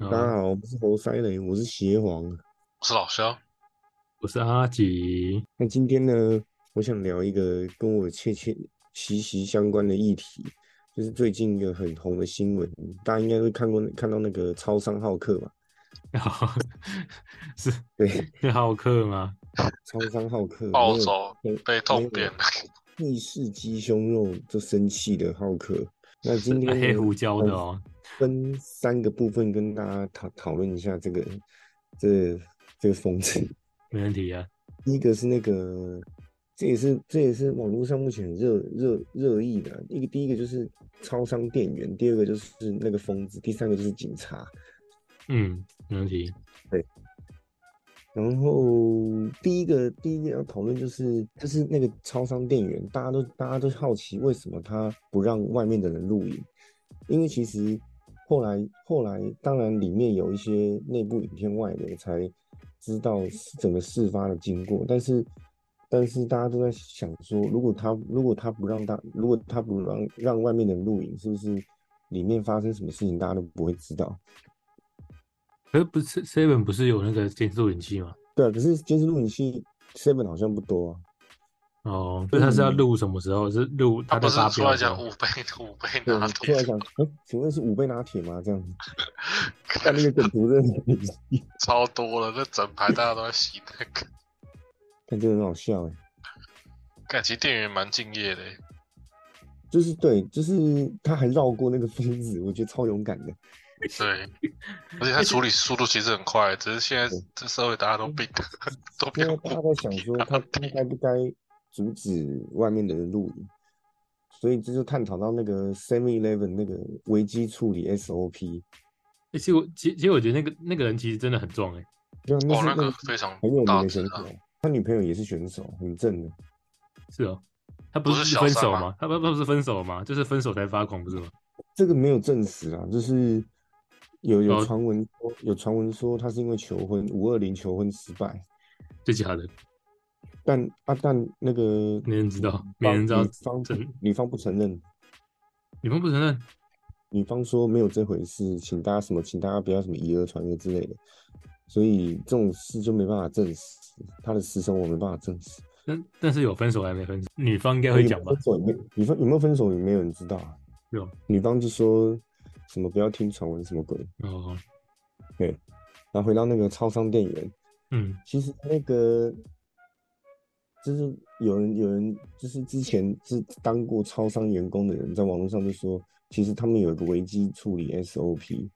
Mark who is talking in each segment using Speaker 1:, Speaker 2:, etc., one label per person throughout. Speaker 1: 哦
Speaker 2: 是活塞雷，我是邪皇。
Speaker 3: 我是老肖，
Speaker 1: 我是阿吉，
Speaker 2: 那今天呢，我想聊一个跟我切切息息相关的议题，就是最近一个很红的新闻，大家应该都看过看到那个超商浩克吧？
Speaker 1: 好哦是
Speaker 2: 对，
Speaker 1: 是浩克吗？
Speaker 2: 超商浩克，
Speaker 3: 暴
Speaker 2: 没有
Speaker 3: 走
Speaker 2: 没有
Speaker 3: 被痛扁了，
Speaker 2: 意式鸡胸肉就生气的浩克。那今
Speaker 1: 那
Speaker 2: 天
Speaker 1: 黑
Speaker 2: 呢
Speaker 1: 胡椒的哦，
Speaker 2: 嗯分三个部分跟大家讨讨论一下这个这这个疯子。
Speaker 1: 没问题啊。
Speaker 2: 第一个是那个，这也是这也是网络上目前很热热热议的啊一个。第一个就是超商店员，第二个就是那个疯子，第三个就是警察。
Speaker 1: 嗯，没问题。
Speaker 2: 然后第一个第一个要讨论就是就是那个超商店员，大家都大家都好奇为什么他不让外面的人录影，因为其实后来后来当然里面有一些内部影片外流才知道整个事发的经过，但是但是大家都在想说，如果他如果他不让大如果他不让让外面的人录影，是不是里面发生什么事情大家都不会知道？
Speaker 1: 可是不是 Seven 不是有那个监视录影器吗？
Speaker 2: 对啊，可是监视录影器 seven 好像不多啊。
Speaker 1: 哦，所以他是要
Speaker 2: 嗯
Speaker 1: 录什么时候？是录
Speaker 3: 他
Speaker 1: 在
Speaker 3: 不是
Speaker 1: 发
Speaker 3: 出
Speaker 1: 飙
Speaker 3: 来
Speaker 1: 的时
Speaker 3: 讲
Speaker 1: 候？
Speaker 3: 五倍 五倍
Speaker 2: 对，
Speaker 3: 拿
Speaker 2: 突
Speaker 3: 铁
Speaker 2: 然，想，哎、请问是五倍拿铁吗？这样子，但那个梗图真的很，
Speaker 3: 超多了，那整排大家都在洗那个。
Speaker 2: 但真的很好笑哎。
Speaker 3: 感其实店员蛮敬业的欸，
Speaker 2: 就是对，就是他还绕过那个疯子，我觉得超勇敢的。
Speaker 3: 对，而且他处理速度其实很快，只是现在这社会大家都病， 都
Speaker 2: 因
Speaker 3: 变
Speaker 2: 为大家在想说他他该不该阻止外面的人录影，所以这就探讨到那个 Seven Eleven 那个危机处理 SOP，
Speaker 1: 欸其实我其其实我觉得那个那个人其实真的很壮哎、
Speaker 2: 就那
Speaker 3: 哦，
Speaker 2: 是
Speaker 3: 那个
Speaker 2: 个
Speaker 3: 非常
Speaker 2: 很有名
Speaker 3: 大
Speaker 2: 的
Speaker 3: 只
Speaker 2: 选
Speaker 3: 啊
Speaker 2: 手，他女朋友也是选手，很正的。
Speaker 1: 是哦，他不
Speaker 3: 不是
Speaker 1: 是
Speaker 3: 小
Speaker 1: 分
Speaker 3: 三
Speaker 1: 手
Speaker 3: 吗
Speaker 1: 吗？他不不是分手吗？就是分手才发狂不是吗？
Speaker 2: 这个没有证实啦，就是有有
Speaker 1: 哦
Speaker 2: 传闻说，有传闻说他是因为求婚五二零求婚失败，
Speaker 1: 最假的，
Speaker 2: 但啊但那个
Speaker 1: 没人知道，没
Speaker 2: 方
Speaker 1: 人知道
Speaker 2: 女方
Speaker 1: 真。
Speaker 2: 不女方不承认，
Speaker 1: 女方不承认，
Speaker 2: 女方说没有这回事，请大家什么，请大家不要什么以讹传讹之类的，所以这种事就没办法证实，他的私生活没办法证实。
Speaker 1: 但但是有分手还没分手，女方应该会
Speaker 2: 有
Speaker 1: 讲吧
Speaker 2: 分？手也没女方有没有分手也没有人知道啊，
Speaker 1: 是哦，
Speaker 2: 女方就说什么不要听传闻什么鬼，
Speaker 1: 哦，
Speaker 2: 然后回到那个超商店员。
Speaker 1: 嗯，
Speaker 2: 其实那个就是有人有人就是之前是当过超商员工的人，在网络上就说，其实他们有一个危机处理 SOP，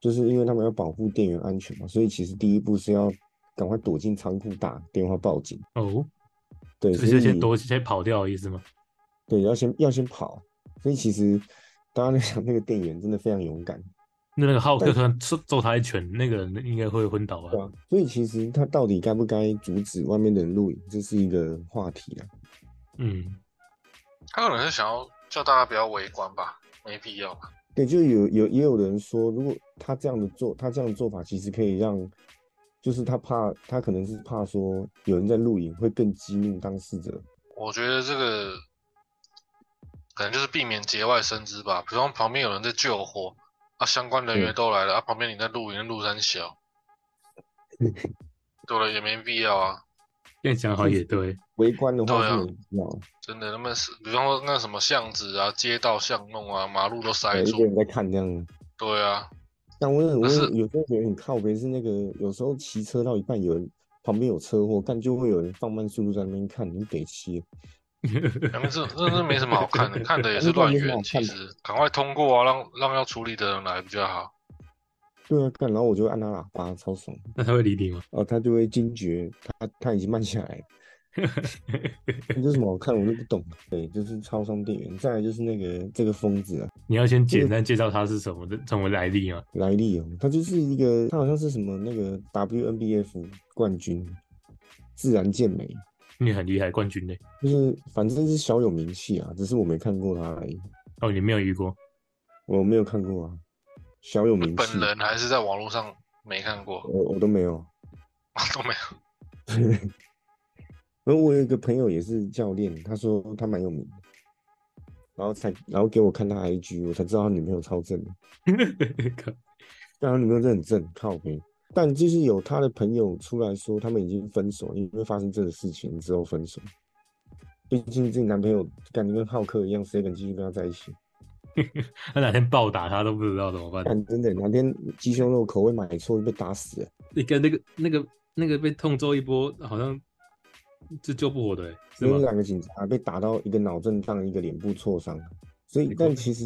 Speaker 2: 就是因为他们要保护店员安全嘛，所以其实第一步是要赶快躲进仓库打电话报警。
Speaker 1: 哦，
Speaker 2: 对，
Speaker 1: 这
Speaker 2: 所
Speaker 1: 是
Speaker 2: 以
Speaker 1: 先躲先跑掉的意思吗？
Speaker 2: 对要先要先跑，所以其实大家在想那个店员真的非常勇敢，
Speaker 1: 那那个浩克突然揍揍他一拳，那个人应该会昏倒吧
Speaker 2: 对？啊，所以其实他到底该不该阻止外面的人录影，这是一个话题啊。
Speaker 1: 嗯，
Speaker 3: 他可能是想要叫大家不要围观吧，没必要吧。
Speaker 2: 对，就有有也有人说，如果他这样的做，他这样的做法其实可以让，就是他怕，他可能是怕说有人在录影会更激怒当事者。
Speaker 3: 我觉得这个可能就是避免节外生枝吧。比方旁边有人在救火，啊，相关人员
Speaker 2: 嗯
Speaker 3: 都来了，啊，旁边你在露营，露山小，
Speaker 2: 嗯
Speaker 3: 对了，也没必要啊。
Speaker 1: 这样讲好也对，
Speaker 2: 围观的话
Speaker 3: 对啊
Speaker 2: 是没必要，
Speaker 3: 真的，那么是，比方说那什么巷子啊、街道巷弄啊、马路都塞
Speaker 2: 对，一个
Speaker 3: 住。
Speaker 2: 人在看这样。
Speaker 3: 对啊，
Speaker 2: 但我有我
Speaker 3: 可是
Speaker 2: 有有时候觉得很靠北，是那个有时候骑车到一半，有人旁边有车祸，但就会有人放慢速度在那边看，你北七。
Speaker 3: 反正这这这没什么好 看的，看的也是乱源。其实赶快通过啊，让让要处理的人来比较好。
Speaker 2: 对啊，干，然后我就按他喇叭，超爽。
Speaker 1: 那他会理你吗？
Speaker 2: 哦，他就会惊觉他他已经慢下来了。这有什么好看？我都不懂。对，就是超商店员，再来就是那个这个疯子啊，
Speaker 1: 你要先简单介绍他是什么的什么来历吗？
Speaker 2: 来历哦，他就是一个，他好像是什么那个 WNBF 冠军，自然健美，
Speaker 1: 你很厉害，冠军嘞！
Speaker 2: 就是反正是小有名气啊，只是我没看过他而已，
Speaker 1: 哦，你没有遇过，
Speaker 2: 我没有看过啊，小有名气
Speaker 3: 本，人还是在网络上没看过，
Speaker 2: 我我都没有。
Speaker 3: 都没有。
Speaker 2: 然后我有一个朋友也是教练，他说他蛮有名的，然后才然后给我看他 IG，我才知道他女朋友超正的。
Speaker 1: 靠
Speaker 2: 但他女朋友真的很正，靠背。但就是有他的朋友出来说，他们已经分手，因为发生这个事情之后分手。毕竟自己男朋友感觉跟浩克一样，谁敢继续跟他在一起？
Speaker 1: 他哪天暴打他都不知道怎么办。
Speaker 2: 但真的哪天鸡胸肉口味买错就被打死了。
Speaker 1: 你跟那个那个那个被痛揍一波，好像就救不活的、欸，是
Speaker 2: 因为
Speaker 1: 吗？
Speaker 2: 两个警察被打到一个脑震荡，一个脸部挫伤，所以
Speaker 1: 没错
Speaker 2: 但其实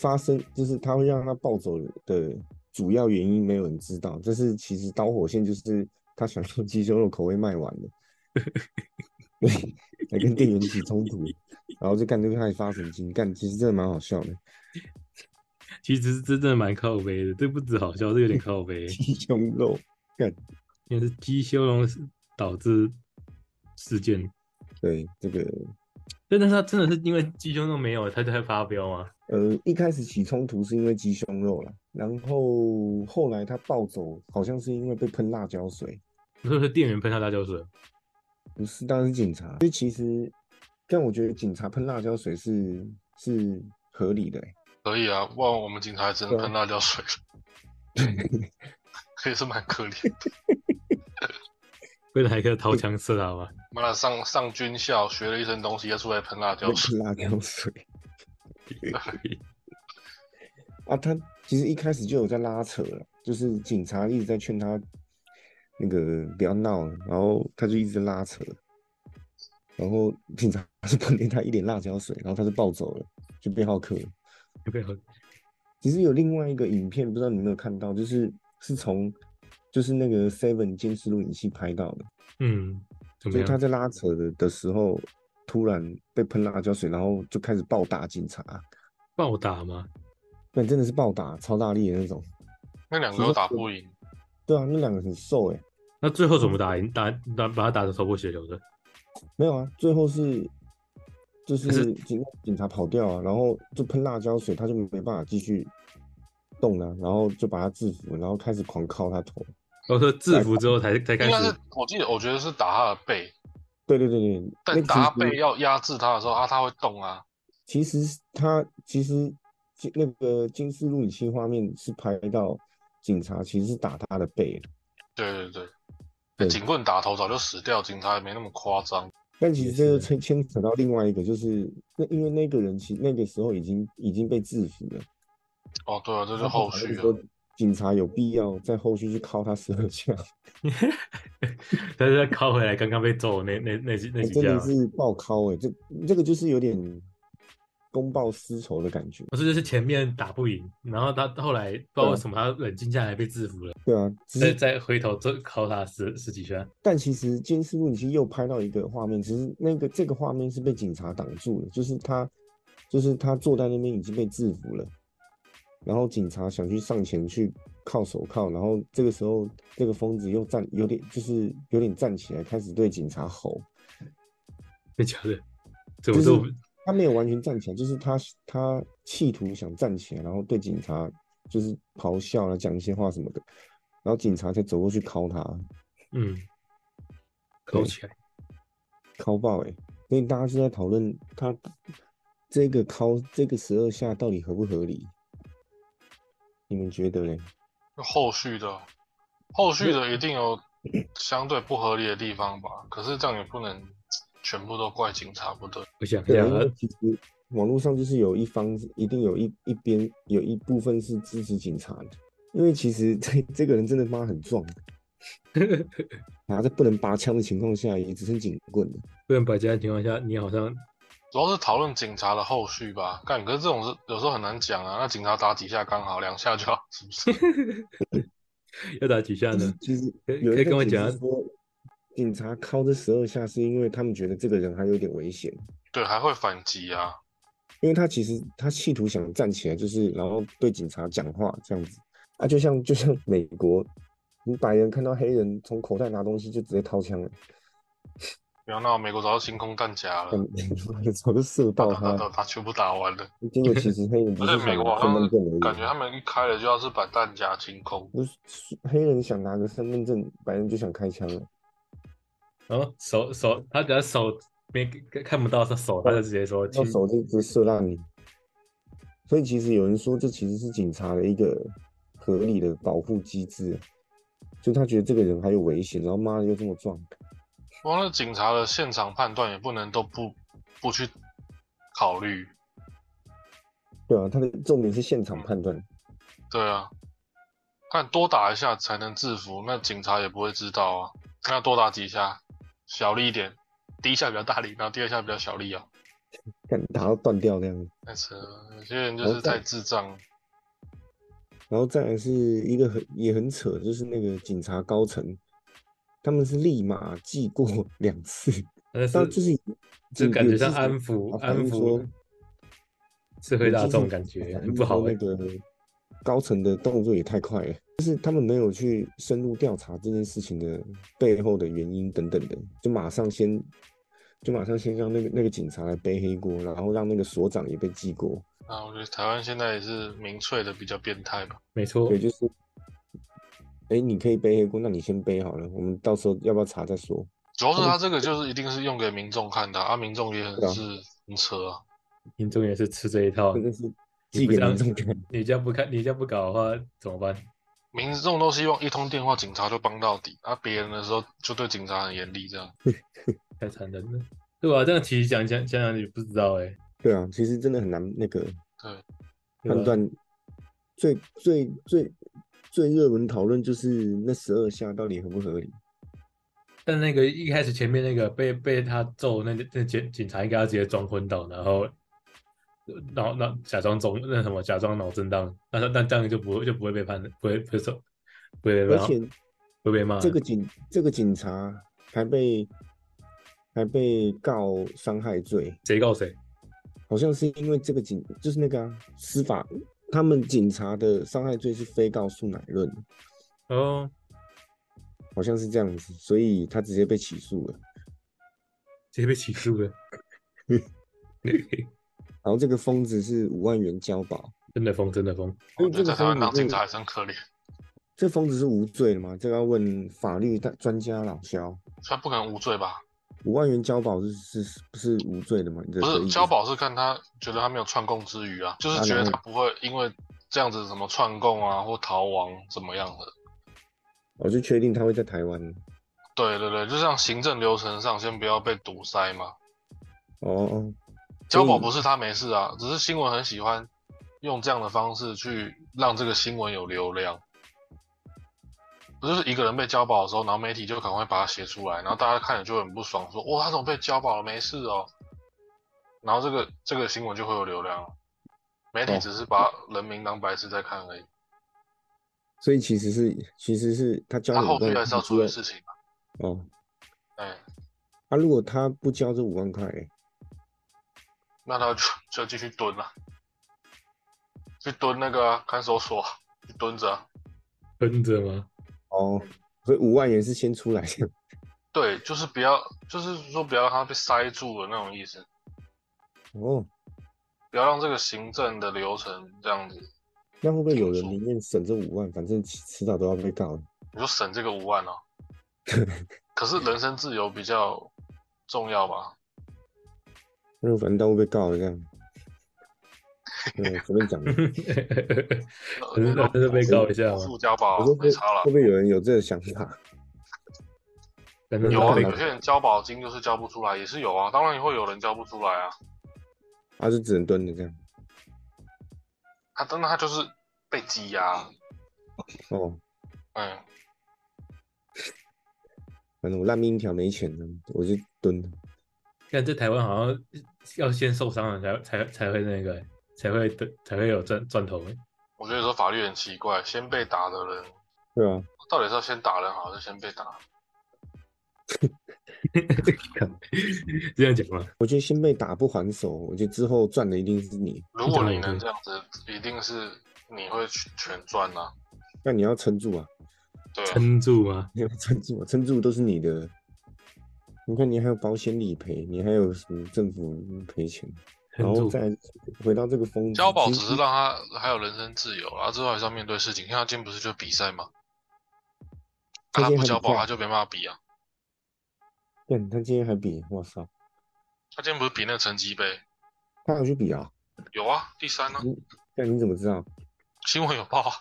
Speaker 2: 发生就是他会让他暴走的主要原因没有人知道，这是其实导火线就是他想用鸡胸肉口味卖完 了，对，还跟店员起冲突，然后就干这个害发神经，干其实真的蛮好笑的，
Speaker 1: 其实是真的蛮靠背的，这不止好笑，这有点靠背，欸
Speaker 2: 鸡胸肉，
Speaker 1: 因为是鸡修容导致事件。
Speaker 2: 对这个
Speaker 1: 但但是他真的是因为鸡胸肉没有，他就在发飙吗？
Speaker 2: 呃，一开始起冲突是因为鸡胸肉啦，然后后来他暴走好像是因为被喷辣椒水。
Speaker 1: 你说是店员喷他辣椒水，
Speaker 2: 不是，当然是警察。因为其实，但我觉得警察喷辣椒水是是合理的欸、
Speaker 3: 可以啊，哇，我们警察只能
Speaker 2: 对啊
Speaker 3: 喷辣椒水 了，也是蛮可怜的。
Speaker 1: 为了还可以掏枪射他吗？
Speaker 3: 妈的，上上军校学了一身东西，要出来喷辣椒水，
Speaker 2: 喷辣椒水。 啊，他其实一开始就有在拉扯了，就是警察一直在劝他那个不要闹了，然后他就一直拉扯，然后警察 是喷给他一脸辣椒水，然后他就暴走了，就被浩克了。
Speaker 1: 有没有？
Speaker 2: 其实有另外一个影片，不知道你有没有看到，就是是从就是那个 Seven 监视录影器拍到的。
Speaker 1: 嗯，怎么
Speaker 2: 就是他
Speaker 1: 样？
Speaker 2: 在拉扯的的时候，突然被喷辣椒水，然后就开始暴打警察，
Speaker 1: 暴打吗？
Speaker 2: 那真的是暴打，超大力的那种。
Speaker 3: 那两个都打不赢，
Speaker 2: 对啊，那两个很瘦哎、
Speaker 1: 那最后怎么
Speaker 2: 嗯
Speaker 1: 打赢？打打把他打得头破血流的，
Speaker 2: 没有啊，最后是
Speaker 1: 可
Speaker 2: 就是
Speaker 1: 是
Speaker 2: 警警察跑掉啊，然后就喷辣椒水，他就没办法继续动了、然后就把他制服，然后开始狂敲他头。
Speaker 1: 然后说制服之后 才才开
Speaker 3: 应该
Speaker 1: 始
Speaker 2: 嗯
Speaker 3: 是我记得，我觉得是打他的背，
Speaker 2: 对对对对，那
Speaker 3: 但
Speaker 2: 其
Speaker 3: 打他
Speaker 2: 实
Speaker 3: 背要压制他的时候啊，他会动啊，
Speaker 2: 其实他其实金那个金丝录影器画面是拍到警察其实是打他的背，
Speaker 3: 对对对。
Speaker 2: 对
Speaker 3: 警棍打头早就死掉，警察也没那么夸张。
Speaker 2: 但其实
Speaker 1: 也
Speaker 2: 这就是牵牵扯到另外一个，就是那因为那个人其实那个时候已经已经被制服了，
Speaker 3: 哦，对啊，这
Speaker 2: 就是
Speaker 3: 后续了
Speaker 2: 说。警察有必要在后续去铐他十二下，
Speaker 1: 但 是他拷回来刚刚被揍的那那那 几那
Speaker 2: 哎
Speaker 1: 几
Speaker 2: 真
Speaker 1: 下
Speaker 2: 的
Speaker 1: 嘛，
Speaker 2: 是爆铐哎、这这个就是有点公报私仇的感觉，
Speaker 1: 不是就是前面打不赢，然后他后来不知道为什么他冷静下来被制服了，
Speaker 2: 对啊，只
Speaker 1: 再
Speaker 2: 是
Speaker 1: 再回头再拷他十十几下，
Speaker 2: 但其实监视录影机又拍到一个画面，只是那个这个画面是被警察挡住了，就是他，就是他坐在那边已经被制服了，然后警察想去上前去铐手铐，然后这个时候这个疯子又站有点就是有点站起来，开始对警察吼，
Speaker 1: 被假的，怎
Speaker 2: 就
Speaker 1: 么
Speaker 2: 是
Speaker 1: 都
Speaker 2: 他没有完全站起来，就是他他企图想站起来，然后对警察就是咆哮啊，讲一些话什么的，然后警察才走过去铐他，
Speaker 1: 嗯扣起来，
Speaker 2: 敲爆哎、欸，所以大家是在讨论他这个敲这个十二下到底合不合理？你们觉得嘞？
Speaker 3: 后续的，后续的一定有相对不合理的地方吧？可是这样也不能全部都怪警察不对。
Speaker 1: 我想一
Speaker 2: 对
Speaker 1: 下
Speaker 2: 啊，因
Speaker 1: 啊，
Speaker 2: 为其实网络上就是有一方是一定有一一边有一部分是支持警察的，因为其实这这个人真的妈很壮，然后在不能拔枪的情况下也只剩警棍了。
Speaker 1: 不然百家的情况下，你好像
Speaker 3: 主要是讨论警察的后续吧。干，可是这种是有时候很难讲啊。那警察打几下刚好，两下就好， 是不是？
Speaker 1: 要打几下
Speaker 2: 就是
Speaker 1: 呢？
Speaker 2: 其实
Speaker 1: 可以
Speaker 2: 有人
Speaker 1: 可以
Speaker 2: 在
Speaker 1: 跟我
Speaker 2: 解
Speaker 1: 讲
Speaker 2: 释
Speaker 1: 啊
Speaker 2: 说，警察敲这十二下是因为他们觉得这个人还有点危险。
Speaker 3: 对，还会反击啊。
Speaker 2: 因为他其实他企图想站起来，就是然后对警察讲话这样子啊，就像就像美国，你白人看到黑人从口袋拿东西就直接掏枪了，
Speaker 3: 不要闹，美国早就清空弹夹了，
Speaker 2: 嗯，早就射
Speaker 3: 打
Speaker 2: 到
Speaker 3: 打打
Speaker 2: 他
Speaker 3: 打
Speaker 2: 了。
Speaker 3: 打全部打完了。
Speaker 2: 结果其实黑 人不
Speaker 3: 而
Speaker 2: 是想
Speaker 3: 且嗯美国
Speaker 2: 拿
Speaker 3: 好
Speaker 2: 身
Speaker 3: 像
Speaker 2: 份证而
Speaker 3: 感
Speaker 2: 已啊
Speaker 3: 觉他，们一开了就要是把弹夹清空。
Speaker 2: 就是黑人想拿个身份证，白人就想开枪了。
Speaker 1: 然后哦手手，他只要手没看不到他手，他就直接说
Speaker 2: 到
Speaker 1: 亲，
Speaker 2: 哦手就直接射烂你。所以其实有人说，这其实是警察的一个合理的保护机制，啊就他觉得这个人还有危险，然后妈的又这么撞，
Speaker 3: 完了，警察的现场判断也不能都不不去考虑。
Speaker 2: 对啊，他的重点是现场判断，
Speaker 3: 对啊，看多打一下才能制服，那警察也不会知道啊。那多打几下，小力一点，第一下比较大力，然后第二下比较小力啊。
Speaker 2: 干打到断掉这样子。
Speaker 3: 那是有些人
Speaker 2: 哦
Speaker 3: 就是太智障，
Speaker 2: 然后再来是一个很也很扯，就是那个警察高层，他们是立马记过 两次，
Speaker 1: 但
Speaker 2: 但
Speaker 1: 是
Speaker 2: 就是
Speaker 1: 就感觉像安
Speaker 2: 抚。
Speaker 1: 抚
Speaker 2: 啊反
Speaker 1: 安
Speaker 2: 映说
Speaker 1: 抚社会大众感觉不好
Speaker 2: 那
Speaker 1: 欸。
Speaker 2: 个高层的动作也太快了，就是他们没有去深入调查这件事情的背后的原因等等的，就马上先就马上先让那个那个警察来背黑锅，然后让那个所长也被记过，
Speaker 3: 那我觉得台湾现在也是民粹的比较变态吧。
Speaker 1: 没错
Speaker 2: 对，，就是，哎，你可以背黑锅，那你先背好了，我们到时候要不要查再说。
Speaker 3: 主要是
Speaker 2: 他们
Speaker 3: 他这个就是一定是用给民众看的啊，啊民众也
Speaker 2: 哦对啊
Speaker 3: 很是很扯啊。
Speaker 1: 民众也是吃这一套
Speaker 2: 真。的是
Speaker 1: 哦你
Speaker 2: 寄
Speaker 1: 不
Speaker 2: 给
Speaker 1: 这样
Speaker 2: 民众看，
Speaker 1: 你这样不看，你这样不搞的话怎么办？
Speaker 3: 民众都希望一通电话警察就帮到底，啊，别人的时候就对警察很严厉这样。
Speaker 1: 太残忍了，对吧、这样其实讲讲讲讲也不知道哎、欸，
Speaker 2: 对啊，其实真的很难那个
Speaker 1: 对啊吧
Speaker 2: 判断最最最最热门讨论就是那十二下到底合不合理。
Speaker 1: 但那个一开始前面那个被被他揍那那警警察应该要直接装昏倒，然后然后那假装中那什么假装脑震荡，那那那这样就不会就不会被判的，不会不会受不会被
Speaker 2: 而
Speaker 1: 骂，
Speaker 2: 且
Speaker 1: 不会被骂。
Speaker 2: 这个警这个警察还被还被告伤害罪，
Speaker 1: 谁告谁？
Speaker 2: 好像是因为这个警就是那个、啊、司法，他们警察的伤害罪是非告诉乃论，
Speaker 1: 哦，
Speaker 2: 好像是这样子，所以他直接被起诉了。
Speaker 1: 直接被起诉了，
Speaker 2: 然后这个疯子是五万元交保，
Speaker 1: 真的疯，真的疯。
Speaker 2: 所
Speaker 3: 我
Speaker 2: 以
Speaker 3: 觉
Speaker 2: 这
Speaker 3: 得
Speaker 2: 个
Speaker 3: 在台湾
Speaker 2: 疯
Speaker 3: 当
Speaker 2: 子
Speaker 3: 警
Speaker 2: 是
Speaker 3: 察还真可怜，
Speaker 2: 这疯子是无罪的吗？这个要问法律大专家老肖。
Speaker 3: 他不可能无罪吧？
Speaker 2: 五万元交保是是不是无罪的吗？你的
Speaker 3: 不
Speaker 2: 的意
Speaker 3: 是
Speaker 2: 思
Speaker 3: 交保是看他觉得他没有串供之余啊，就是觉得他不会因为这样子什么串供啊或逃亡怎么样的。
Speaker 2: 我就确定他会在台湾。
Speaker 3: 对对对，就像行政流程上先不要被堵塞嘛。
Speaker 2: 哦哦，
Speaker 3: 交保不是他没事啊，只是新闻很喜欢用这样的方式去让这个新闻有流量。不就是一个人被交保的时候，然后媒体就赶快把它写出来，然后大家看了就很不爽，说：“哇，他怎么被交保了？没事哦。”然后这个这个新闻就会有流量了。媒体
Speaker 2: 哦
Speaker 3: 只是把人民当白痴在看而已，
Speaker 2: 所以其实是其实是他交
Speaker 3: 他
Speaker 2: 了
Speaker 3: 后
Speaker 2: 五万
Speaker 3: 续还是要处理
Speaker 2: 块
Speaker 3: 事情啊。
Speaker 2: 哦。
Speaker 3: 哎，
Speaker 2: 啊，如果他不交这五万块、欸，
Speaker 3: 那他就就继续蹲了，去蹲那个啊看守所，去蹲着啊。
Speaker 1: 蹲着吗？
Speaker 2: 哦，所以五万元是先出来的。
Speaker 3: 对，就是不要，就是说不要让它被塞住了那种意思，
Speaker 2: 哦，
Speaker 3: 不要让这个行政的流程这样子。
Speaker 2: 那会不会有人
Speaker 3: 没错
Speaker 2: 宁愿省这五万，反正迟迟早都要被告？
Speaker 3: 你就省这个五万 哦。可是人身自由比较重要吧？
Speaker 2: 那反正都会被告了这 样。对，随便讲的。
Speaker 3: 呃
Speaker 1: 是那是被告一下吗
Speaker 3: 附交保
Speaker 2: 我说
Speaker 3: 没
Speaker 2: 会
Speaker 3: 差了
Speaker 2: 会不。会有人有这个想法？
Speaker 1: 真的是
Speaker 3: 有啊，
Speaker 1: 被
Speaker 3: 有些人交保金就是交不出来，也是有啊。当然会有人交不出来啊，
Speaker 2: 他、就只能蹲着这样。
Speaker 3: 他真的他就是被羁押。
Speaker 2: 哦，
Speaker 3: 嗯，
Speaker 2: 反正我烂命一条没钱了，我就蹲着。
Speaker 1: 但在台湾好像要先受伤了才才才会那个欸才会得才会有赚赚头欸。
Speaker 3: 我觉得说法律很奇怪，先被打的人
Speaker 2: 对啊，
Speaker 3: 到底是要先打人好，还是先被打？
Speaker 1: 这样讲吗？
Speaker 2: 我觉得先被打不还手，我觉得之后赚的一定是你。
Speaker 3: 如果
Speaker 1: 当
Speaker 3: 你
Speaker 1: 然
Speaker 3: 能
Speaker 1: 对
Speaker 3: 这样子，一定是你会全全赚呐、
Speaker 2: 那你要撑住啊，
Speaker 3: 对啊，
Speaker 1: 撑住吗？
Speaker 2: 你要撑住、啊，撑住都是你的。你看，你还有保险理赔，你还有什么政府赔钱，然
Speaker 1: 撑
Speaker 2: 后
Speaker 1: 住。
Speaker 2: 再来回到这个疯子
Speaker 3: 交保
Speaker 2: 其
Speaker 3: 只
Speaker 2: 实
Speaker 3: 是让他还有人身自由啊，之后还是要面对事情。像他今天不是就比赛吗？啊、
Speaker 2: 他
Speaker 3: 他
Speaker 2: 今天
Speaker 3: 不交保
Speaker 2: 还比赛
Speaker 3: 他就没办法比啊。
Speaker 2: 干他今天还比，我操，
Speaker 3: 他今天不是比那个成绩杯？
Speaker 2: 他有去比啊？
Speaker 3: 有啊，第三呢、
Speaker 2: 但你怎么知道？
Speaker 3: 新闻有报啊。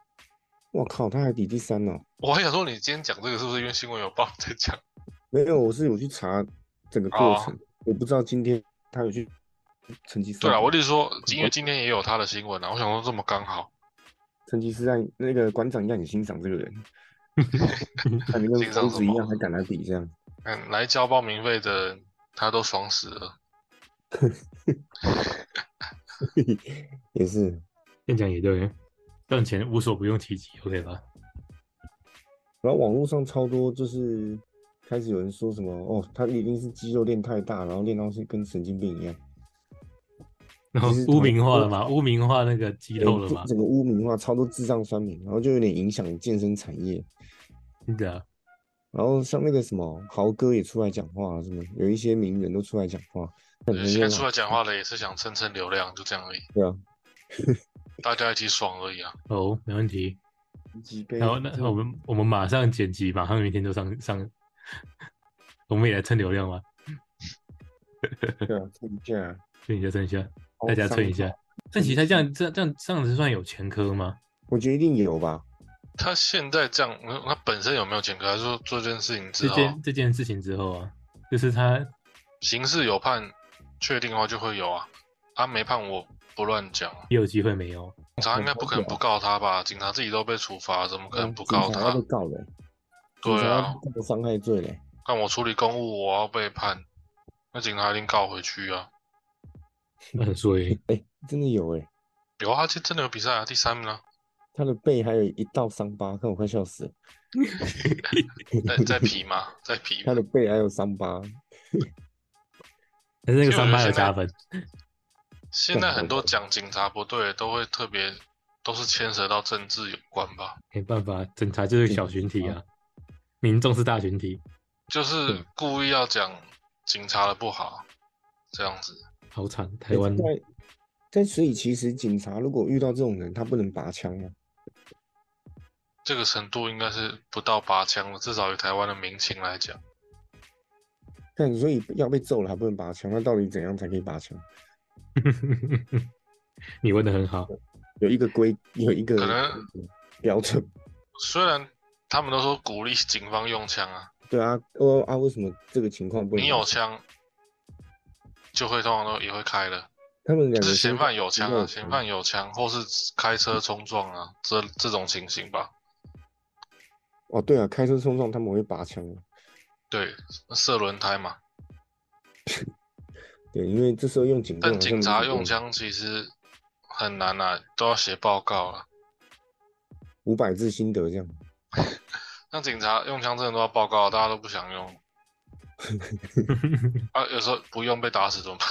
Speaker 2: 我靠，他还比第三呢、
Speaker 3: 我还想说，你今天讲这个是不是因为新闻有报在讲？
Speaker 2: 没有，我是有去查整个过程，我不知道今天他有去成吉思
Speaker 3: 哦对
Speaker 2: 汗。
Speaker 3: 啊，我就是说，因为今天也有他的新闻啊，我想说这么刚好，
Speaker 2: 成吉思汗那个馆长应该很欣赏这个 人，感觉
Speaker 3: 欣
Speaker 2: 跟
Speaker 3: 赏
Speaker 2: 疯
Speaker 3: 什
Speaker 2: 子一
Speaker 3: 么
Speaker 2: 样还敢来比这样。
Speaker 3: 看嗯来交报名费的人他都爽死了。
Speaker 2: 也是，
Speaker 1: 这样讲也对，赚钱无所不用其极，OK 吧？
Speaker 2: 然后网络上超多就是开始有人说什么哦，他一定是肌肉练太大，然后练到是跟神经病一样，
Speaker 1: 然后
Speaker 2: 其实他
Speaker 1: 污名化了嘛，污名化那个肌肉了
Speaker 2: 整
Speaker 1: 嘛，
Speaker 2: 整个污名化，超多智障酸民，然后就有点影响健身产业。
Speaker 1: 对啊，
Speaker 2: 然后像那个什么豪哥也出来讲话，啊什么有一些名人都出来讲话，感觉
Speaker 3: 现在
Speaker 2: 就
Speaker 3: 出来讲话的也是想蹭蹭流量，就这样而已，
Speaker 2: 啊对啊，
Speaker 3: 大家一起爽而已啊。
Speaker 1: 哦，没问题。
Speaker 2: 几杯
Speaker 1: 然后那那我们我们马上剪辑，马上明天就上上， 我们也来蹭流量嘛，
Speaker 2: 对啊，哦蹭一下，
Speaker 1: 蹭一下蹭一下，
Speaker 2: 好
Speaker 1: 大家哦蹭一
Speaker 2: 上
Speaker 1: 下。但其实他这样这样这样这样子算有前科吗？
Speaker 2: 我觉得一定有吧。
Speaker 3: 他现在这样，嗯他本身有没有前科？还是说做这件事情
Speaker 1: 这
Speaker 3: 之后
Speaker 1: 件这件事情之后啊，就是他
Speaker 3: 刑事有判确定的话就会有啊？他没判我不乱讲啊，
Speaker 1: 也有机会没有，
Speaker 3: 警
Speaker 2: 哦
Speaker 3: 察应该不可能不告他吧？警察自己都被处罚，怎么可能不告
Speaker 2: 嗯警察要
Speaker 3: 他
Speaker 2: 被？告了，警
Speaker 3: 对
Speaker 2: 察
Speaker 3: 啊
Speaker 2: 要，被告伤害罪嘞。
Speaker 3: 看我处理公务，我要被判，那警察一定告回去啊。
Speaker 1: 那很衰。
Speaker 2: 真的有哎、
Speaker 3: 有啊，这真的有比赛啊，第三名啊，
Speaker 2: 他的背还有一道伤疤，看我快笑死了。
Speaker 3: 在在皮吗？在皮吗
Speaker 2: 他。的背还有伤疤，
Speaker 1: 但是那个
Speaker 3: 其实我
Speaker 1: 伤疤
Speaker 3: 觉
Speaker 1: 有
Speaker 3: 得
Speaker 1: 加
Speaker 3: 现在
Speaker 1: 分，
Speaker 3: 现在很多
Speaker 2: 对
Speaker 3: 讲警察不对，都会特别都是牵涉到政治有关吧，
Speaker 1: 没办法，警察就是小群体啊，民众是大群体，
Speaker 3: 就是
Speaker 2: 嗯
Speaker 3: 故意要讲警察的不好，这样子。
Speaker 1: 好惨，台湾
Speaker 2: 哎在但所以其实警察如果遇到这种人，他不能拔枪啊吗？
Speaker 3: 这个程度应该是不到拔枪了，至少以台湾的民情来讲，
Speaker 2: 但所以要被揍了还不能拔枪，那到底怎样才可以拔枪？
Speaker 1: 你问的很好，
Speaker 2: 有一个规，有一个
Speaker 3: 可能
Speaker 2: 标准。
Speaker 3: 虽然他们都说鼓励警方用枪啊，
Speaker 2: 对啊，哦啊，为什么这个情况不能
Speaker 3: 你
Speaker 2: 拔？
Speaker 3: 有枪就会通常都也会开的，
Speaker 2: 他们两
Speaker 3: 就
Speaker 2: 个
Speaker 3: 是嫌
Speaker 2: 身
Speaker 3: 犯有枪
Speaker 2: 都有
Speaker 3: 啊，嫌犯有枪，或是开车冲撞啊，这这种情形吧。
Speaker 2: 哦，对啊，开车冲撞他们会拔枪啊。
Speaker 3: 对，射轮胎嘛。
Speaker 2: 对，因为这时候用警棍
Speaker 3: 但
Speaker 2: 好像
Speaker 3: 警察
Speaker 2: 没有
Speaker 3: 用枪其实很难啊，都要写报告了。
Speaker 2: 五百字心得这样。
Speaker 3: 那警察用枪真的都要报告，大家都不 想用啊。有时候不用被打死怎么办？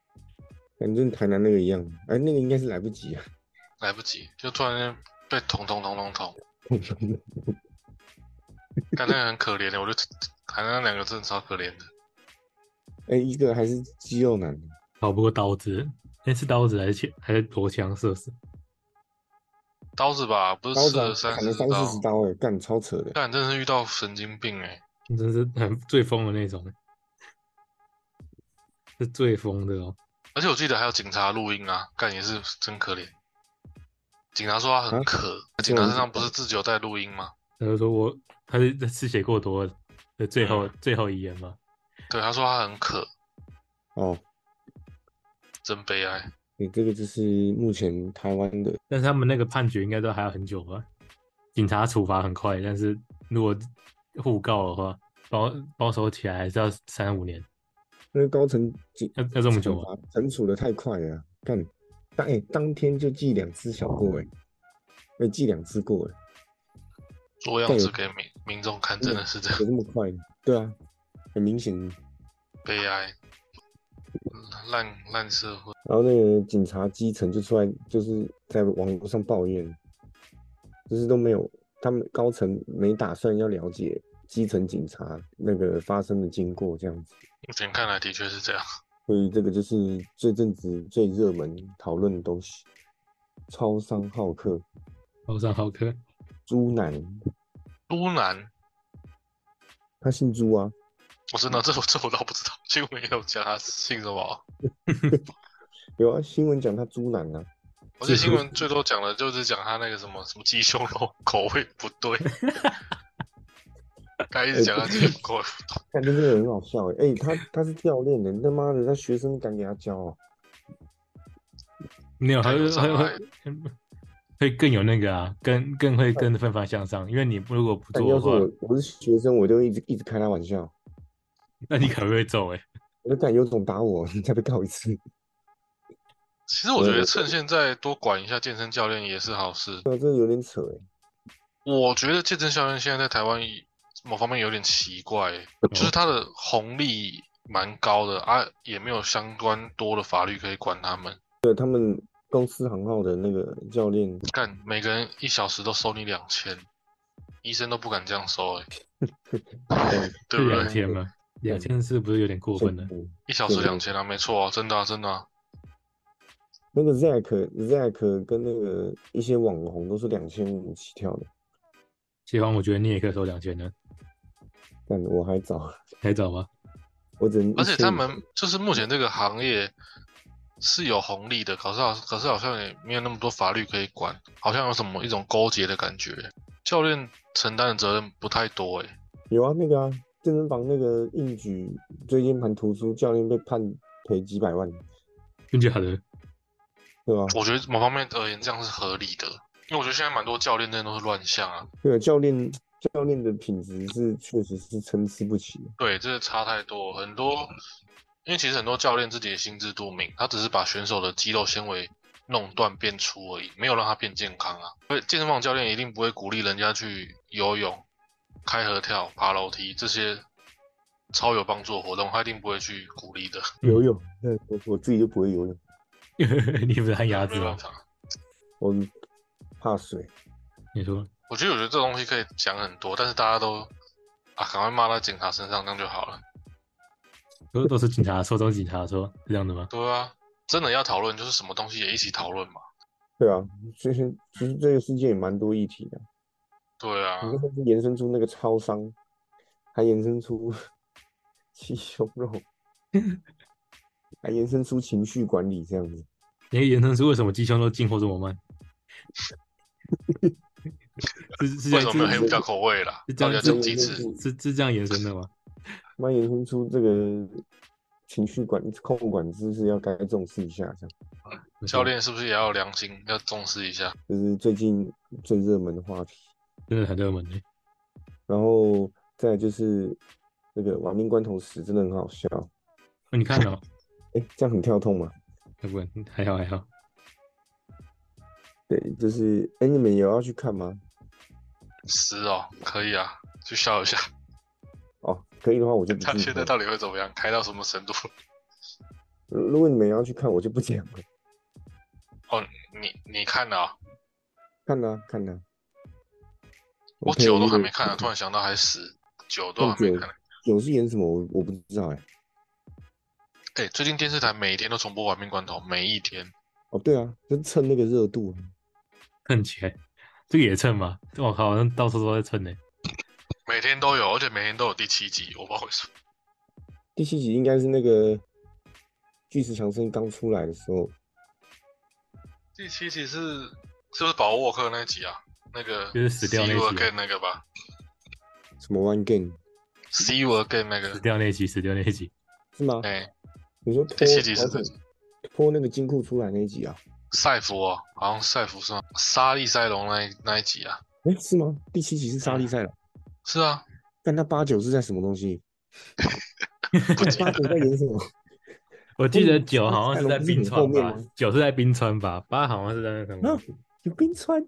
Speaker 2: 反正台南那个一样，哎、那个应该是来不及啊。
Speaker 3: 来不及，就突然间被捅捅捅 捅捅，但那个很可怜的，我就喊那两个真的超可怜的。
Speaker 2: 哎、一个还是肌肉男，
Speaker 1: 逃不过刀子，那是刀子还是枪还是陀枪射死？
Speaker 3: 刀子吧，不是
Speaker 2: 刀
Speaker 3: 刺
Speaker 2: 子啊
Speaker 3: 了三
Speaker 2: 砍了
Speaker 3: 十
Speaker 2: 三四十
Speaker 3: 刀，
Speaker 2: 刀、哎，干超扯的。
Speaker 3: 但真的是遇到神经病哎、
Speaker 1: 真是很最疯的那种，欸是最疯的哦。
Speaker 3: 而且我记得还有警察录音啊，干也是真可怜。警察说他很
Speaker 2: 啊
Speaker 3: 渴，
Speaker 2: 这
Speaker 3: 警
Speaker 2: 种
Speaker 3: 察身上不是自己有带录音吗？
Speaker 1: 他就说我他是失血过多的最后、
Speaker 2: 嗯
Speaker 1: 最后遗言嘛，
Speaker 3: 对，他说他很渴，
Speaker 2: 哦，
Speaker 3: 真悲哀。
Speaker 2: 你、这个就是目前台湾的，
Speaker 1: 但是他们那个判决应该都还要很久吧？警察处罚很快，但是如果互告的话，包包手起来还是要三五年，
Speaker 2: 那个高层警
Speaker 1: 要要这么久啊吗？
Speaker 2: 惩罚惩处的太快了啊，干当哎、当天就记两只小过哎、哎、记两只过哎、
Speaker 3: 做
Speaker 2: 对
Speaker 3: 样子给民民众看，真的是这样
Speaker 2: 有这么快？对啊，很明显。
Speaker 3: 悲哀，烂烂社会。
Speaker 2: 然后那个警察基层就出来，就是在网络上抱怨，就是都没有，他们高层没打算要了解基层警察那个发生的经过这样子。
Speaker 3: 目前看来的确是这样。
Speaker 2: 所以这个就是这阵子最热门讨论的东西，超商好客、
Speaker 1: 包上浩克，
Speaker 2: 猪男，
Speaker 3: 都南，
Speaker 2: 他姓朱啊，
Speaker 3: 我真的这我这我倒不知道，新闻也有讲他姓什么。
Speaker 2: 有啊，新闻讲他猪男啊，
Speaker 3: 我记得新闻最多讲的就是讲他那个什么什么鸡胸肉口味不 对，他一直讲他鸡胸肉口味不对。
Speaker 2: 看真的很好笑哎、欸他他是教练的，他妈的，他学生敢给他教啊？
Speaker 1: 没有，还
Speaker 3: 太有
Speaker 1: 会
Speaker 3: 障
Speaker 1: 会
Speaker 3: 碍
Speaker 1: 会
Speaker 2: 欸
Speaker 1: 会更有那个啊，更更会跟奋发向上，因为你如果不
Speaker 2: 但
Speaker 1: 做
Speaker 2: 要
Speaker 1: 的
Speaker 2: 是
Speaker 1: 话，
Speaker 2: 我我是学生，我就一直一直开他玩笑，
Speaker 1: 那你可能会揍哎、
Speaker 2: 我就敢有种打我， 你再被告一次。
Speaker 3: 其实我觉
Speaker 2: 对
Speaker 3: 得趁现在多管一下健身教练也是好事。
Speaker 2: 对，这有点扯哎、
Speaker 3: 我觉得健身教练现在在台湾某方面有点奇怪、欸就是他的红利蛮高的啊，也没有相关多的法律可以管他们。
Speaker 2: 对他们公司行号的那个教练，
Speaker 3: 干，每个人一小时都收你两千，医生都不敢这样收哎、
Speaker 2: 嗯
Speaker 3: 对
Speaker 1: 是
Speaker 3: 不
Speaker 1: 两
Speaker 3: 对？
Speaker 1: 千吗？两千是不是有点过分了？
Speaker 3: 一小时两千啊，没错啊，真的啊，真的啊。
Speaker 2: 那个 Zack Zack 跟那个一些网红都是两千五起跳的，
Speaker 1: 喜欢我觉得你也可以收两千呢，
Speaker 2: 但我还早，
Speaker 1: 还早吗？
Speaker 2: 我只能
Speaker 3: 而且
Speaker 2: 1500
Speaker 3: 他们就是目前这个行业是有红利的，可是好可是好像也没有那么多法律可以管，好像有什么一种勾结的感觉。教练承担的责任不太多欸诶、
Speaker 2: 有啊，那个啊，健身房那个应举椎间盘突出，教练被判赔几百万，
Speaker 1: 真假的？
Speaker 2: 对吧？
Speaker 3: 我觉得某方面而言这样是合理的，因为我觉得现在蛮多教练真的都是乱象啊。
Speaker 2: 对啊，教练教练的品质是确实是参差不齐的。
Speaker 3: 对，这个差太多，很多，因为其实很多教练自己也心知肚明，他只是把选手的肌肉纤维弄断变粗而已，没有让他变健康啊。所以健身房教练一定不会鼓励人家去游泳、开合跳、爬楼梯这些超有帮助的活动，他一定不会去鼓励的。
Speaker 2: 游泳，嗯那我我自己就不会游泳，
Speaker 1: 你不是旱鸭子
Speaker 3: 没啊
Speaker 1: 吗
Speaker 3: 办？法，
Speaker 2: 我怕水。
Speaker 1: 你说
Speaker 3: 我觉得我觉得这东西可以讲很多，但是大家都啊，赶快骂到警察身上，这样就好了。
Speaker 1: 都都是警察说，都是警察说，是这样的吗？
Speaker 3: 对啊，真的要讨论，就是什么东西也一起讨论嘛。
Speaker 2: 对啊，其实其实这个世界也蛮多议题的。
Speaker 3: 对啊，
Speaker 2: 你看，就是延伸出那个超商，还延伸出 鸡胸肉，还延伸出情绪管理这样子。
Speaker 1: 你可以延伸出为什么鸡胸肉进货这么慢？ 是是这
Speaker 3: 为什
Speaker 1: 样
Speaker 3: 么没有黑
Speaker 1: 是
Speaker 3: 胡椒口味啦
Speaker 1: 是？这
Speaker 3: 到
Speaker 1: 样
Speaker 3: 底
Speaker 1: 子
Speaker 3: 要
Speaker 1: 嗯
Speaker 3: 讲几次？
Speaker 1: 是是这样延伸的吗？
Speaker 2: 那衍生出这个情绪管控管知识要该重视一下，这样
Speaker 1: 嗯
Speaker 3: 教练是不是也要有良心，要重视一下？
Speaker 2: 这是最近最热门的话题。
Speaker 1: 真的很热门欸的，
Speaker 2: 然后再来就是那个《亡命关头十》真的很好笑，
Speaker 1: 哦你看了吗？
Speaker 2: 哎，这样很跳痛吗？
Speaker 1: 要不然还好还好，
Speaker 2: 对，就是哎，你们有要去看吗？
Speaker 3: 是哦，可以啊，去笑一下。
Speaker 2: 哦，可以的话我就不
Speaker 3: 他
Speaker 2: 剧
Speaker 3: 现在
Speaker 2: 透。
Speaker 3: 到底会怎么样？开到什么程度？
Speaker 2: 如如果你们要去看，我就不讲了。
Speaker 3: 哦，你你看了啊、
Speaker 2: 看呐、看啊呐、
Speaker 3: 我
Speaker 2: 朋友
Speaker 3: 九都
Speaker 2: 那
Speaker 3: 还
Speaker 2: 个
Speaker 3: 没看呢、啊突然想到还十九都
Speaker 2: 看
Speaker 3: 还没
Speaker 2: 九
Speaker 3: 看呢、
Speaker 2: 九是演什么？我我不知道哎、
Speaker 3: 哎、最近电视台每一天都重播《玩命关头》，每一天。
Speaker 2: 哦，对啊，就趁那个热度啊。
Speaker 1: 蹭钱，这个也蹭吗？我靠，好像到处都在蹭呢。欸
Speaker 3: 每天都有，而且每天都有第七集，我不知道为什么。
Speaker 2: 第七集应该是那个巨石强森刚出来的时候，
Speaker 3: 第七集是是不是保沃克那集啊？那个
Speaker 1: 就是死掉那
Speaker 3: See
Speaker 1: 集
Speaker 3: you
Speaker 1: 啊
Speaker 3: again 那个吧
Speaker 2: 什么 One Game
Speaker 3: ，See you again 那
Speaker 1: 死
Speaker 3: 个，
Speaker 1: 掉那一集，死掉那一集，
Speaker 2: 是吗？
Speaker 3: 哎、
Speaker 2: 你说脱
Speaker 3: 第七集是
Speaker 2: 保
Speaker 3: 这
Speaker 2: 险
Speaker 3: 集
Speaker 2: 脱那个金库出来那一集啊？
Speaker 3: 赛弗哦，好像赛弗是吗？沙利塞隆那一那一集啊，
Speaker 2: 哎，是吗？第七集是沙利赛了，
Speaker 3: 是啊，
Speaker 2: 但他八九是在什么东西？
Speaker 3: 不记
Speaker 2: 八
Speaker 3: 得
Speaker 2: 九在演什 么？
Speaker 1: 我记得
Speaker 2: 嗯
Speaker 1: 九好像是在冰
Speaker 2: 后
Speaker 1: 川
Speaker 2: 面
Speaker 1: 吧
Speaker 2: 吗，
Speaker 1: 九是在冰川吧，八好像是在那什么
Speaker 2: 啊，有冰川？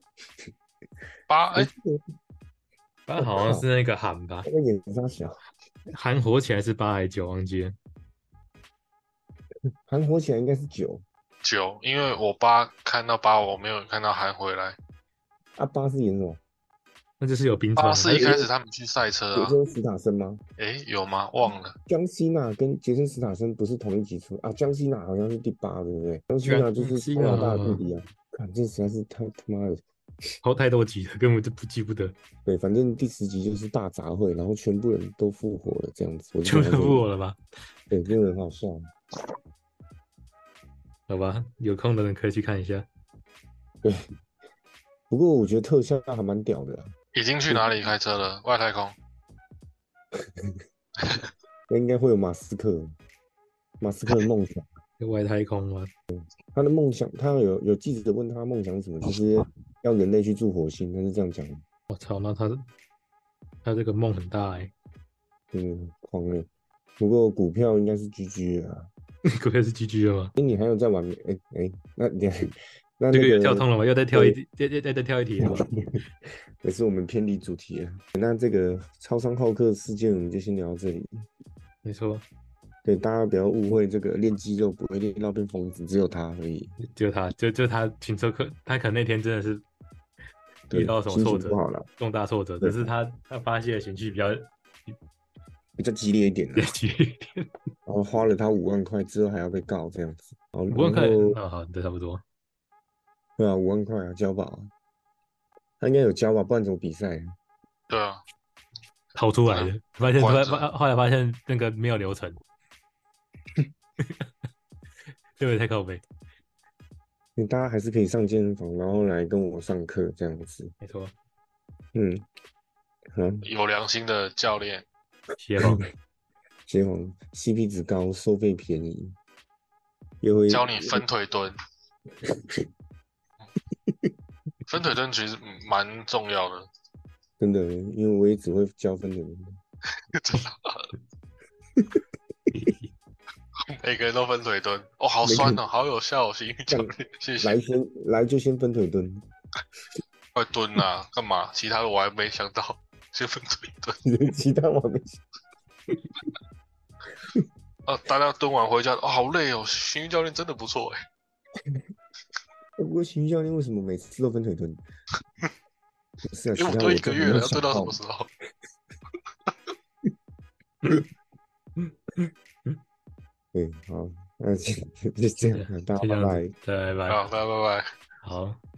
Speaker 3: 八哎、
Speaker 2: 哎，
Speaker 1: 八好像是那个喊吧，
Speaker 2: 那个演啥小？
Speaker 1: 韩火起来是八还是九忘记了。
Speaker 2: 韩火起来应该是九，
Speaker 3: 九，因为我八看到八，我没有看到韩回来。
Speaker 2: 啊八是演什么？
Speaker 1: 那就是有冰川
Speaker 3: 八
Speaker 1: 啊。
Speaker 3: 是一开始他们去赛车
Speaker 2: 有
Speaker 3: 啊
Speaker 2: 这，个斯塔森吗？
Speaker 3: 诶，有吗？忘了，
Speaker 2: 江西娜跟杰森·斯坦森不是同一集出啊？江西娜好像是第八，对不对？江西娜就是加拿大的弟弟啊！看这实在是太他妈的。
Speaker 1: 好太多集了，根本就不记不 得，
Speaker 2: 对，反正第十集就是大杂烩，然后全部人都复活了，这样子。我
Speaker 1: 就
Speaker 2: 觉得
Speaker 1: 不我了吧？
Speaker 2: 对，真的很好笑。
Speaker 1: 好吧，有空的人可以去看一下。
Speaker 2: 不过我觉得特效还蛮屌的啦，啊
Speaker 3: 已经去哪里开车了？外太空。
Speaker 2: 那应该会有马斯克，马斯克的梦想。
Speaker 1: 外太空吗？
Speaker 2: 他的梦想，他有有记者问他梦想是什么，就是要人类去住火星，他是这样讲的。
Speaker 1: 我操，那他他这个梦很大哎、
Speaker 2: 嗯，狂热。不过股票应该是 GG 了啊。
Speaker 1: 欸，股票是 GG 了吗？
Speaker 2: 哎，你还有在玩没？哎哎，那你 那那
Speaker 1: 这个
Speaker 2: 个
Speaker 1: 有跳通了吗？又再跳一题，再再再再跳一题了吗？
Speaker 2: 也是我们偏离主题了。那这个超商好客事件我们就先聊到这里。
Speaker 1: 没错，
Speaker 2: 对，大家不要误会，这个练肌肉不会练到变疯子，只有他而已。
Speaker 1: 就他，就就他停车客，他可能那天真的是
Speaker 2: 对
Speaker 1: 遇到什么
Speaker 2: 心
Speaker 1: 挫
Speaker 2: 情
Speaker 1: 折
Speaker 2: 不，好了，
Speaker 1: 重大挫折，
Speaker 2: 对
Speaker 1: 只是他他发泄的情绪比较
Speaker 2: 比较激烈一点啊
Speaker 1: 比较激烈一点。
Speaker 2: 然后花了他五万块之后还要被告这样子。然后
Speaker 1: 五万块，
Speaker 2: 然后
Speaker 1: 啊好，这差不多。
Speaker 2: 对啊，五万块啊，交保啊。他应该有交吧，不然怎么比赛啊？
Speaker 3: 对啊，
Speaker 1: 逃出来的，发现
Speaker 3: 完
Speaker 1: 发
Speaker 3: 整
Speaker 1: 发后来发现那个没有流 程，对不对？太靠背，
Speaker 2: 因为大家还是可以上健身房，然后来跟我上课这样子。
Speaker 1: 没错，
Speaker 2: 嗯，好，
Speaker 3: 有良心的教练，
Speaker 1: 协 防
Speaker 2: 结果 CP 值高，收费便宜，又会
Speaker 3: 教你分腿蹲。分腿蹲其实嗯蛮重要的，
Speaker 2: 真的，因为我也只会教分的人。
Speaker 3: 真 的每个人都分腿蹲，哦，好
Speaker 2: 每个
Speaker 3: 酸
Speaker 2: 人
Speaker 3: 哦，好有效哦，行，教练， 谢谢
Speaker 2: 来。先来就先分腿蹲，
Speaker 3: 快蹲啊，干嘛？其他的我还没想到， 先分腿蹲
Speaker 2: 其他我没想。
Speaker 3: 啊！大家蹲完回家，哦，好累哦。行教练真的不错哎，
Speaker 2: 哎不过徐教练为什么每次都分腿蹲？不是啊，其
Speaker 3: 因
Speaker 2: 他
Speaker 3: 为我蹲一
Speaker 2: 真
Speaker 3: 个
Speaker 2: 的
Speaker 3: 月
Speaker 2: 没有
Speaker 3: 了，要
Speaker 2: 想
Speaker 3: 蹲到什么时候？
Speaker 2: 对，好，那就就这样，大家
Speaker 1: 就这
Speaker 2: 拜
Speaker 1: 样
Speaker 2: 拜
Speaker 1: 子。，对，拜拜
Speaker 3: 好，拜拜拜。
Speaker 1: 好。